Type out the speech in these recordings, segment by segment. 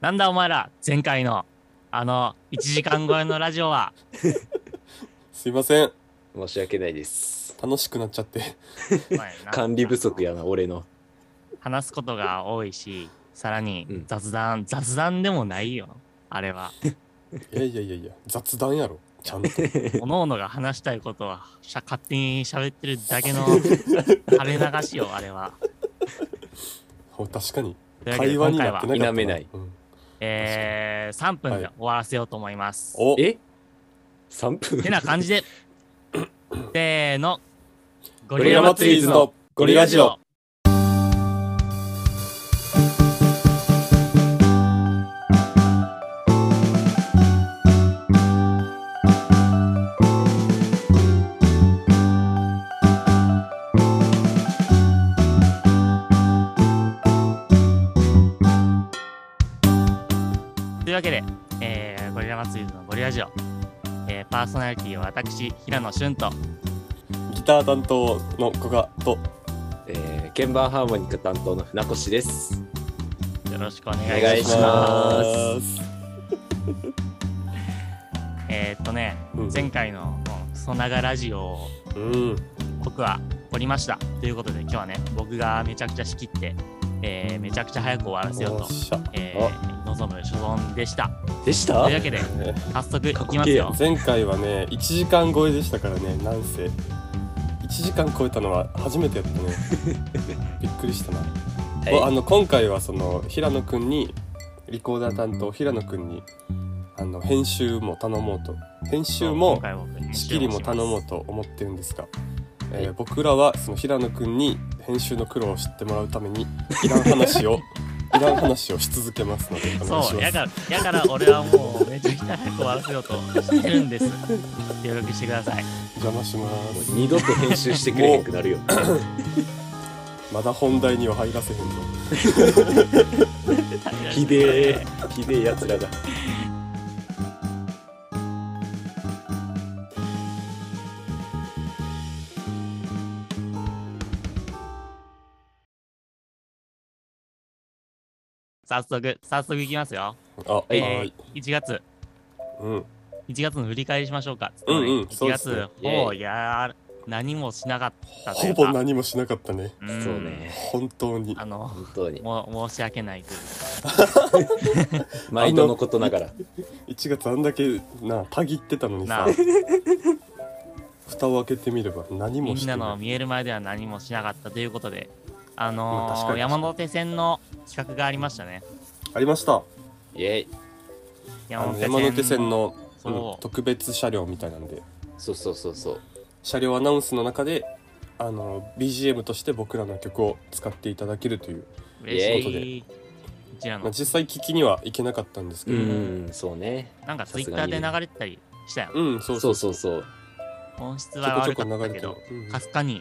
なんだお前ら、前回の、あの、1時間超えのラジオは、 すいません申し訳ないです。楽しくなっちゃって お前な管理不足やな、俺の。話すことが多いし、さらにうん雑談、雑談でもないよ、あれ は。いやいやいやいや雑談やろち ゃんとおのおのが話したいことはしゃ勝手に喋ってるだけ の垂れ流しよ、あれは。お確かにというわけで今会話に回なっはて、なかった否めないうんえー、3分では終わらせようと思います。おえ ?3 分てな感 じで、せーの、ゴゴリラ祭りーズのゴリラジオ。というわけで、えーゴリラ祭りズのゴリラジオ、えーパーソナリティは私、平野俊と、ギター担当の古賀とえー、鍵盤ハーモニカ担当の船越です。よろしくおお願い願いししま。ますす。えーっとね、うん前回のソナガラジオをうん僕は撮りました。ということで、今日はね、僕がめちゃくちゃ仕切って、えーめちゃくちゃ早く終わらせようおとっ、しゃえー望む所存でした。でしたとはいうわい。けで、ね早速い過去きますよ。前回はね1時間超えでしたからねなんせ1時間超えたのは初めてやった ねびっくりしたなあの今回はその平野くんにリコーダー担当平野くんにあの編集も頼もうと編集も仕切りも頼もううと思ってるんですが、えー僕らはその平野くんに編集の苦労を知ってもらうためにいらん話をいらん話をし続けますのでお願いしそうまやす。からやから俺はもうめちゃくちゃ早く終わらせようと してるんです協力してください邪魔しまもうす。二度と編集してくれへんくなるよ。まだ本題には入らせへんぞ。 ひでえ、ひでえやつらだ。早速早速いきますよ、あ、はえーーい。 1月うん。 1月の振り返りしましょうかうんうん1そうですね月ほぼやら何もしなかったといほうかぼ何もしなかったね。んそうね。本当に。あの本当に。も申し訳ないという毎度のことな がら。 1月あんだけなたぎってたのになあさ蓋を開けてみれば何もみしんてなないの見える前では何もしなかったということであまあの確ーかに山手線の企画がありましたねありましたイェイ。あの山手線の、そううん特別車両みたいなんでそうそうそうそう。車両アナウンスの中であの BGM として僕らの曲を使っていただけるという、嬉しい。こちらまあ、の、実際聞きには行けなかったんですけうど、ん、そうね。なんかさツイすッがターにで流れてたりしたよ。うんそうそそううそうそう。音質ちょはこちょ悪かこっ流たれけてるど、うんかすかに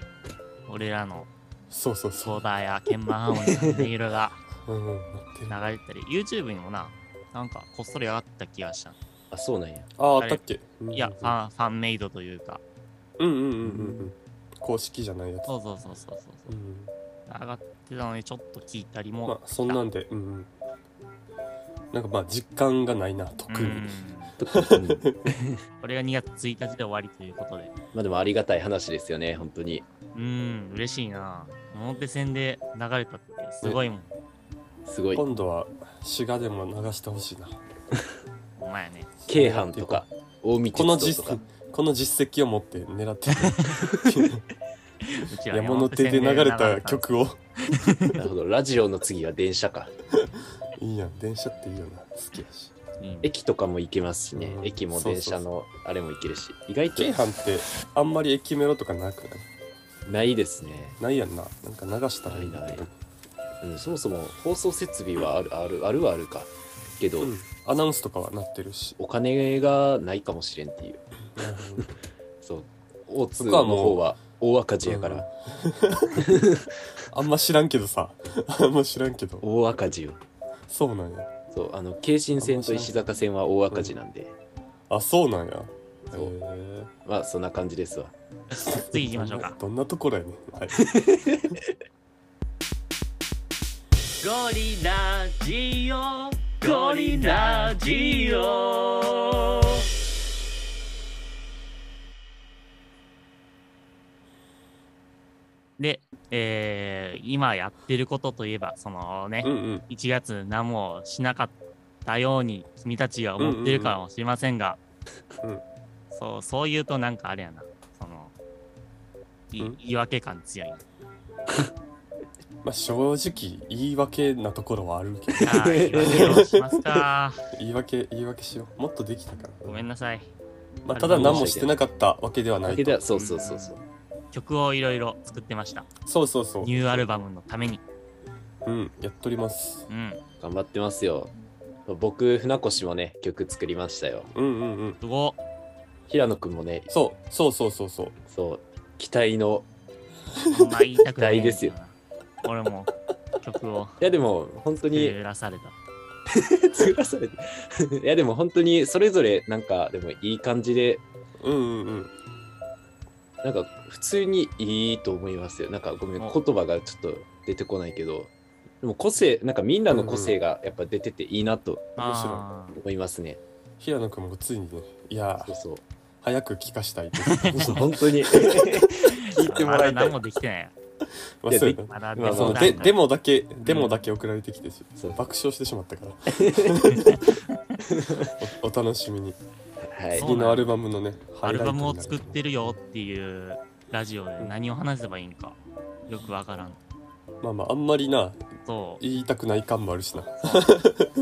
俺らのそうそうそソーダや鍵盤ハーモニーの音色がう、うんうん、なってるあ流れてたり、YouTube にもな、なんかこっそり上がった気がした。あ、そう なんや。ああったっけいや、フあァンファンメイドというか、うんうんうんうんうん公式じゃないやつ、そうそうそうそうそうう。ん、上がってたのにちょっと聞いたりもま、あそんなんでうんうんなんかまあ実感がないな特うに、んうんこれが2月1日で終わりということで、まあでもありがたい話ですよね、本当に。うん、嬉しいな。山手線で流れたってすごいもん。すごい。今度は滋賀でも流してほしいなお前やね。京阪とか、近江この鉄道と実か。この実績を持って狙って うちら山手で流れた曲を なるほど。ラジオの次は電車か。いいやん電車っていいよな好きやしうん駅とかも行けますしね、うん駅もそうそ電うそう車のあれも行けるし意外京と阪ってあんまり駅メロとかなくないないですね、ないやんななんか流したらいいなないないうん、そもそも放送設備はあるあるあるはあるかけど、うんアナウンスとかはなってるしお金がないかもしれんっていうそう大津そこはのもう方は大赤字やか ら、あんま知らんけどさあんま知らんけど大赤字よそうなんやそうあの京浜線と石坂線は大赤字なんで、あそうなんやそうへえまあそんな感じですわ次行きましょうか。どんなところやね んはいゴリラジオゴリラジオで、えー今やってることといえば、そのね、うんうん1月何もしなかったように君たちは思ってるかもしれませんが、うんうんうんそうそう言うとなんかあれやなそのいうん言い訳感強い なまあ正直言い訳なところはあるけ どじゃあ言い訳をしますか言い訳言い訳しようもっとできたからごめんなさいまあ、ただ何もしてなかったわけではなだいけとでそうそうそうそう。曲をいろいろ作ってましたそうそうそうニューアルバムのためにうんやっとりますうん頑張ってますよ。僕、船越もね、曲作りましたよ。うんうんうんすご 平野くんもね、そうそうそうそうそうそう、期待の。っま言いたくないんだ大ですよな俺も曲をいや、でも、本当に、揺らされた作らされて。 いや、でも本当に、それぞれ、なんか、でもいい感じで、うんうんうんなんか、普通にいいと思いますよ。なんか、ごめん、言お葉がちょっと出てこないけど、でも個性、なんかみんなの個性がやっぱ出てていいなと面白いあー思いますね。平野君もついにねいやそうそう。早く聞 かしたいってそう本当に 聞いてもまらだいたい何。もできてないよまあいやそうでまだまあそそうの段で階デモだけデモだけ送られてきてしそう爆笑してしまっ たからおお楽しみにはいそ。う次のアルバムのねアルバムを作っるてるよっていうラジオで何を話せばいいんかよくわからんまあまああんまりなと言いたくない感もあるしな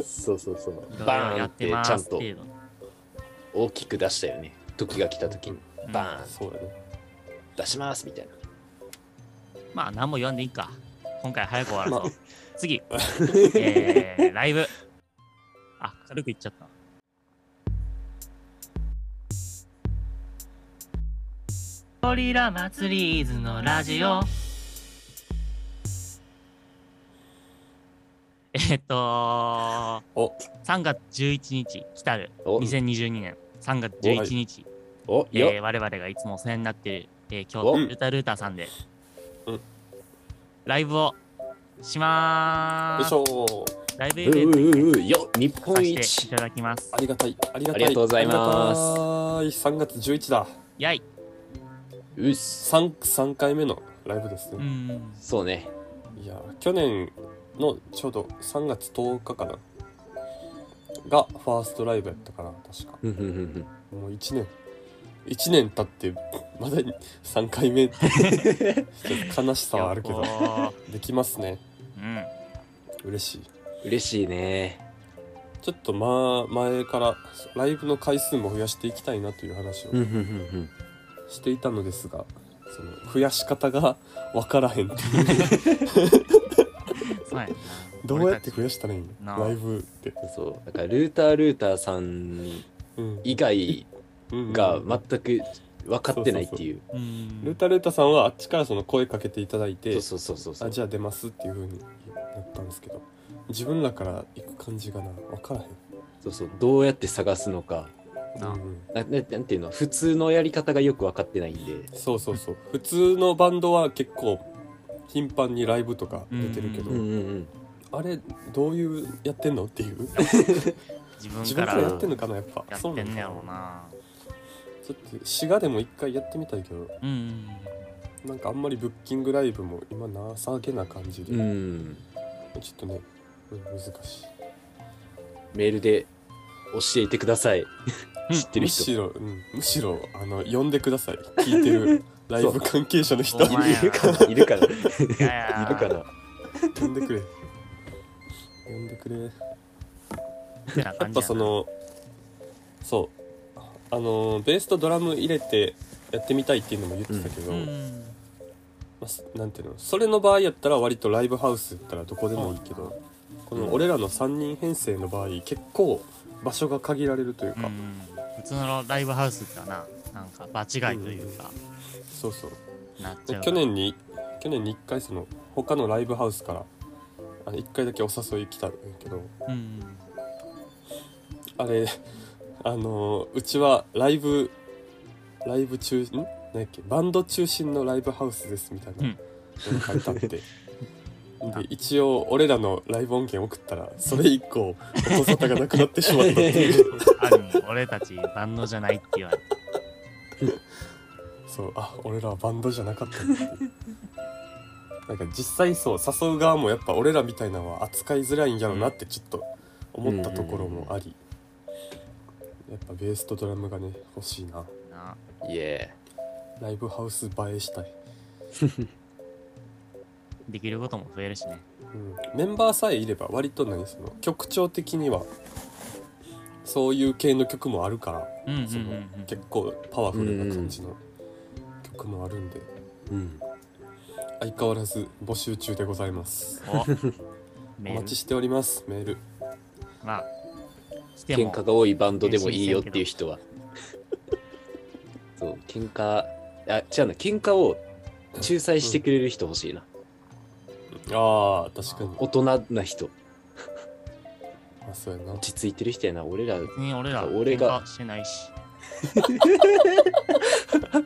そうそうそうい。ろいバろーンやっっててまちゃんすと程度大きく出したよね。時が来た時にうんバーンそうだね出しますみたいな。まあ何も言わんでいいか今回早く終わるぞ、次えー、ライブあ軽く言っちゃったゴリラ祭りーズのラジオえーっとお3月11日来たるお2022年3月11日、おえよー我々がいつもお世話になっている、えー、京お都ルータルータさんで、うんライブをしまよーいしすょライブうイベントうにううよ日さ本せてい一ただきますありがたいありがたいありがとうございますありがたい3月11だやいうっす。 3, 3回目のライブですうね、んそうね。いや去年のちょうど3月10日かながファーストライブやったかな確かふんふんふんふんもう1年1年経ってまだ3回目ちょっと悲しさはあるけどやっほできますねーうん嬉しい嬉しいね。ちょっとまあ前からライブの回数も増やしていきたいなという話をふんふんふんふんしていたのですがその増やし方が 分からへんっていうそうやな どうやって増やしたらいいなのあライブって、そう。だからルータールーターさんうん以外うんが全く分かってないっていう。俺たちうんルータルータさんはあっちからその声かけていただいてそうそうそうそうそう。あじゃあ出ますっていう風になったんですけど自分らから行く感じがな分からへそうそう。どうやって探すのか。ん、なあうんなななんていうの普通のやり方がよく分かってないんで。そうそうそう普通のバンドは結構頻繁にライブとか出てるけど、うんうんあれどういうやってんのっていう自分自か分かららやっやてんのかなやっぱそうってなんねやだろうなちょっと滋賀でも一回やってみたいけどうんなんかあんまりブッキングライブも今情けな感じで、うん。うん。ちょっとね、うん難しいメールで教えてください。うん知ってるむ人。しろ、うん、むしろあの呼んでください聞いて るライブ関係者の人お前いるかないるかなやいやいるかな 呼んでくれ呼んでくれやってな感っじぱやそなのそうあのベースとドラム入れてやってみたいっていうのも言ってたけど、うんまあすなんていうのそれの場合やったら割とライブハウスやったらどこでもいいけど、この俺らの3人編成の場合結構場所が限られるといううか、ん普通のライブハウスってのはななんか場違いというかそうそうなっちでゃう去年に去年に1回その他のライブハウスからあの1回だけお誘い来たんやけどうんあれあのうちはライブライブ中ん 何やっけバンド中心のライブハウスですみたいなうのんが書いてあって、で一応俺らのライブ音源送ったらそれ以降音沙汰がなくなってしまったっていう あるもん俺たち万能じゃないって言われてそうあ俺らはバンドじゃなかったんだっていうなんか実際そう誘う側もやっぱ俺らみたいなのは扱いづらいんやろなってちょっと思ったところもあり、やっぱベースとドラムがね欲しいなな。イエライブハウス映えしたい、できることも増えるしね。うん、メンバーさえいれば割と何その曲調的にはそういう系の曲もあるからうんうんうんそうのん。結構パワフルな感じの曲もあるんでー。うん。相変わらず募集中でございますおおメ待ちーしておりますメールル。まあ、して喧も嘩が多いバンドでもいいよっていう人は。 そう、喧嘩、あ、違うな、喧嘩を仲裁してくれる人欲しいな。あー確かに大人な人、あそうやな落ち着いてる人やな、俺ら。別に俺ら俺喧が嘩してないし。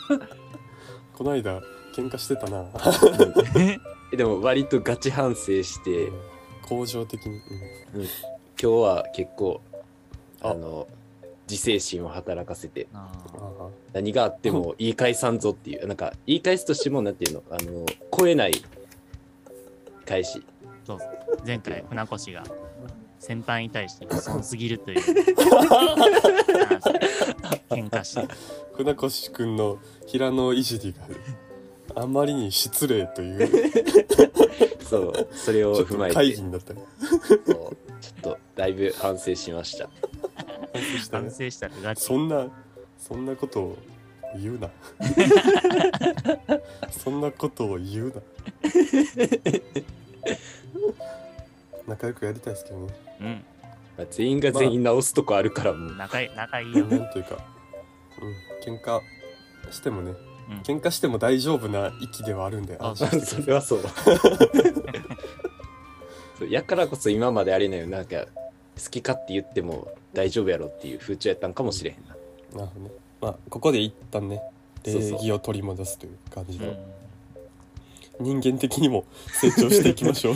こないだ喧嘩してたなでも割とガチ反省して、今恒常的に、日は結構、ああの、自制心を働かせて、なうん、ああ何があっても言い返さんぞっていう、なんか言い返すとしても、なんていうの、あの、超えない返し。そう前回、船越が先輩に対して損すぎる という話で喧嘩して。ー船越くんの平野いじりがあまりに失礼というそう、それをちょっ踏とまえ会て議、になったねそうちょっとだいぶ反省しました。反省したね反省したらガチそ。んなそんなことを言う なそんなことを言うな仲良くやりたいですけどねうん。まあ全員が全員直すとこあるからもう。仲いい、仲いいなよ。んというか、うん、喧嘩してもね、うん喧嘩しても大丈夫な域ではあるんであ安心して それはそう。そうやからこそ今まであれなよ、なんか好き勝手言っても大丈夫やろっていう風潮やったんかもしれへんな。なるほどねまあここで一旦ねそうそ礼う儀を取り戻すという感じうで、ん人間的にも成長していきましょう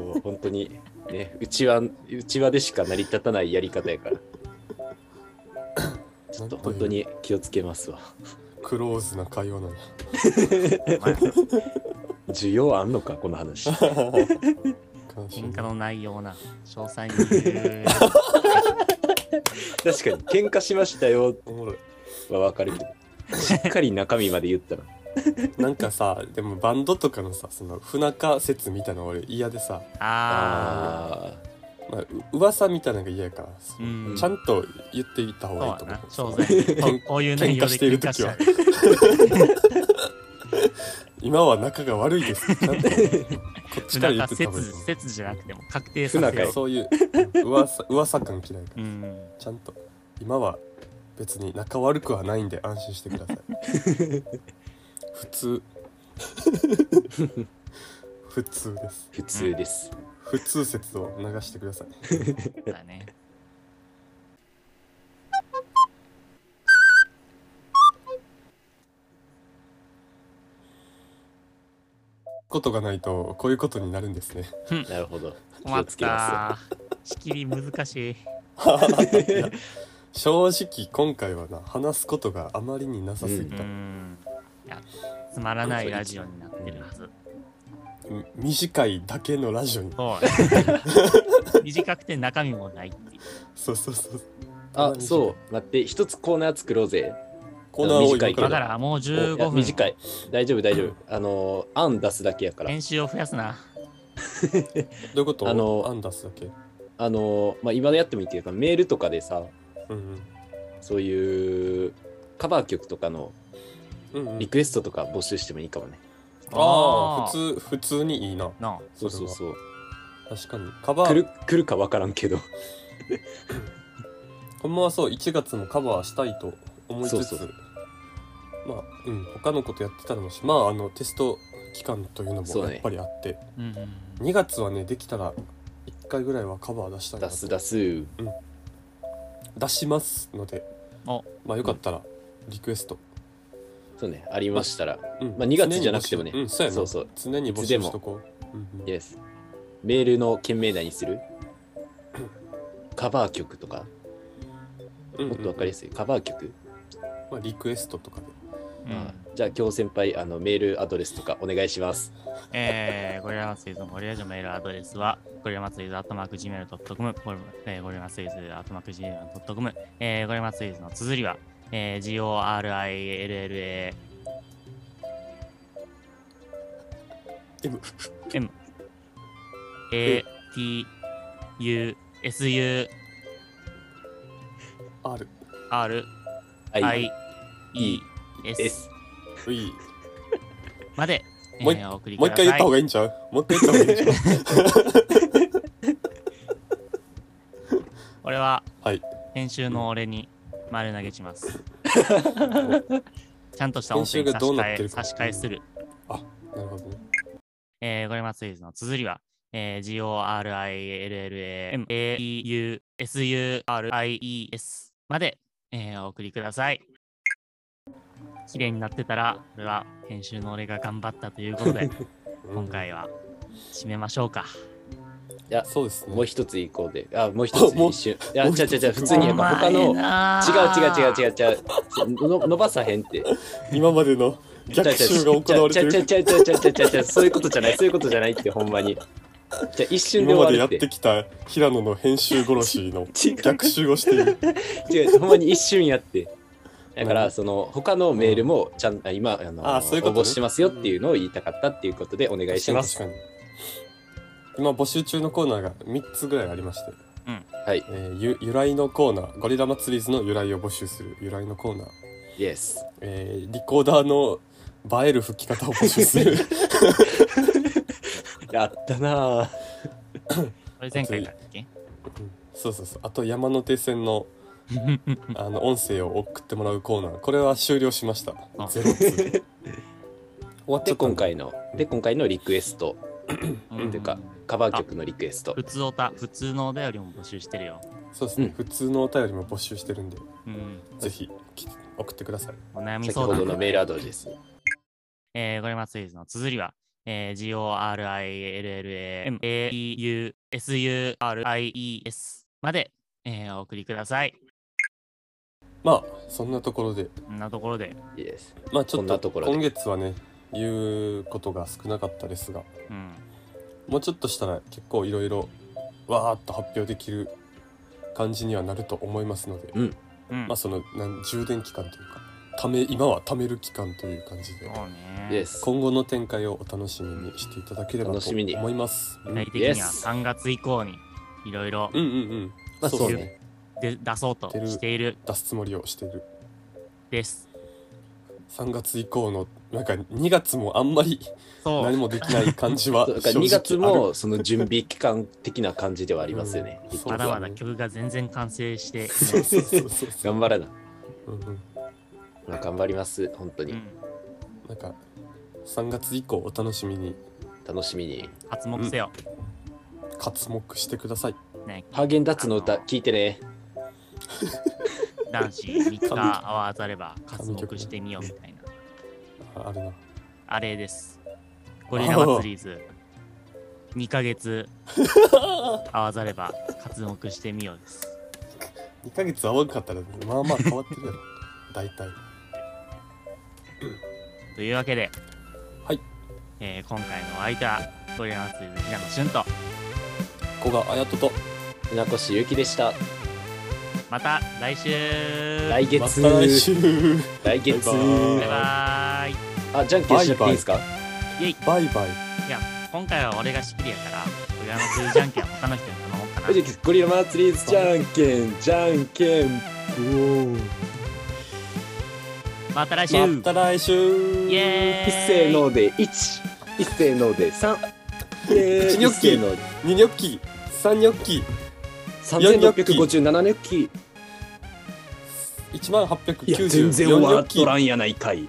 もう本当にね、うちは、うちわでしか成り立たないやり方やから。ちょっと本当に気をつけますわ。クローズな会話なのまあ需要あんのか、この話。悲しい喧ね嘩の内容をな、詳細に言 う。確かに、喧嘩しましたよおもろいはわかるけど、しっかり中身まで言ったら。なんかさでもバンドとかのさその不仲説みたいなの俺嫌でさ、あああ。まあ、う噂みたいなのが嫌やから、あ。うん。ちゃんと言っていったそ方うがいいだと思なう。そうだ喧ね。こういう内容で喧嘩しちゃう。今は仲が悪いですちゃんとこっちから船か言ってた方がいい説説じゃなくても確定不させ仲よやそういううん噂噂感嫌いかう。うらん。ちゃんと今は別に仲悪くはないんで安心してください普通普通です普通です。普通説を流してくださいだね。ことがないとこういうことになるんですねなるほど。困った。仕切り難しい。いや正直今回はな話すことがあまりになさすうぎた、ん。いや、つまらないラジオになってるはず。み短いだけのラジオにそう。短くて中身もないっていう。そうそうそうあ、そう。待って、一つコーナー作ろうぜ。コーナー多い短のいだかかららもうおいや15分。短い。大丈夫、大丈夫。あのー、案出すだけやから。編集を増やすな。どういうことあのアンダースだけあのー、まあ、今のやってもいいけど、メールとかでさ、うんそういうカバー曲とかのうんうんうリんクエストとか募集してもいいかもね。ああー。普通普通にいいななあ。そうそううそう。確かにカバ来ーる来るかわからんけど。ほんまはそう1月もカバーしたいと思いつつそうそうまあうん他のことやってたのもしまああのテスト期間というのそうもねやっぱりあって、うんうんうん。 2月はねできたら1回ぐらいはカバー出したいな出とす出す。出しますのでおまあよかったらリクエスト、そうね、ありましたら。うんまあ2月じゃなくてもねうんそうやなそうそう常に募集しとこううん Yes メールの件名内にするカバー曲とかうんもっとわかりやすいカバー曲、まあ、リクエストとかでうんあじゃあ今日先輩あのメールアドレスとかお願いしますえー、ゴリラマスイズのゴリラジオメールアドレスは、ゴリラマスイズアットマーク Gmail.com、ゴリえーゴリラマスイズアットマーク Gmail.com、えー、ゴリラマスイズの綴りは、えー、 M GORILLAMATUSURIE R はい、 S ういまで、えもうー、お送りくもうだ一さい。回言った方がいいんちゃうもう一回言った方がいいんちゃうこれは、はい編集の俺に丸投げします。ちゃんとした音編声集にが差しどうなって替えるか差し替えする。なるほどねえー、ゴリマツイズの綴りは、えー、GORILLAMAUSURIES まで、えーお送りください。綺麗になってたら、これは編集の俺が頑張ったということで、うん今回は締めましょうか。そうですねもう一つ行こうであもう一つあ もう一瞬いや違もうう一つ違う違う普通にやっぱ他の違う違う違うう。違う違うの伸ばさへんって今までの逆襲が行われてちゃるちゃちゃちゃちゃちゃちゃそういうことじゃないそういうことじゃないってほんまにじゃあ一瞬で今ま終でわやるっっててきた平野の編集殺しの違う逆襲をしている違うほんまに一瞬やってだかうらんその他のメールもちゃんあ今あのあそういうことね応募してますよっていうのを言いたかったっていうことでお願いします確かに今募集中のコーナーが3つぐらいありまして、はいえーゆ由来のコーナーゴリラ祭り図の由来を募集する由来のコーナー、イエスえーリコーダーの映える吹き方を募集 するやったなぁこれ前回だっけそうそうそうあと山手線の あの音声を送ってもらうコーナーこれは終了しましたあゼロ 通終わっちゃでった今回ので今回のリクエストうんていうかカバー曲のリクエスト普通おた、普通のお便りも募集してるよ。そうですね、うん普通のお便りも募集してるんでうん。ぜひき送ってくださいお悩み先相ほ談ど。のメールアドレスえー、ゴリマツイズの綴りは、えー、GORILLAMAUSURIES まで、えーお送りください。まあそんなところでこんなところで、イエスまあちょこんっなとところで今月はね言うことが少なかったですがうん、もうちょっとしたら結構いろいろわーっと発表できる感じにはなると思いますので、うん、まあそそのなん充電期間というかため今は貯める期間という感じでうね。イエス今後の展開をお楽しみにしていただければ楽としみに思います。う具ん体的には Yes 3月以降にいろいろうんうんうん、まあそうそうねで出そうとしている出すつもりをしているです。 3月以降のなんか2月もあんまりそ何う。もできない感じは そうだ正か直ら2月あるもその準備期間的な感じではありますよね。うんそうまだまだそう曲が全然完成していそうそうそうそう 頑張らな。うんうんまあ頑張ります、本当ない、うに。ん、なんか3月以降お楽しみに楽しみに。発目せよ。活目してください。ね、ハーゲンダッツの歌、聞いてね。男子3日合わざれば活神曲目してみようみたいな。ああるな。あれです。ゴリラ祭りズ。2ヶ月合わざれば活目してみようです。 2ヶ月合わんかったらまあまあ変わってるやろ。 大体。というわけで、はい。えー今回のお相手はゴリラ祭りズ平野俊と、こがあやとと。船越ゆきでした。また来週来ま月。た来週。来月バイババイバーイあ、じゃんけんしなくていいですかバイバイ。今回は俺が仕切りやから、ゴリラ祭りじゃんけんは他の人に頼もうかな。ゴリラ祭りーズじゃんけん、じゃんけん。また来週また来週。イエー一イ斉ので1、一斉ので3。一ニョッキ一斉ので2ニョッキ、3ニョッキ、 3657ニョッキ。 1万894いや、全然終わっとらんやないかい。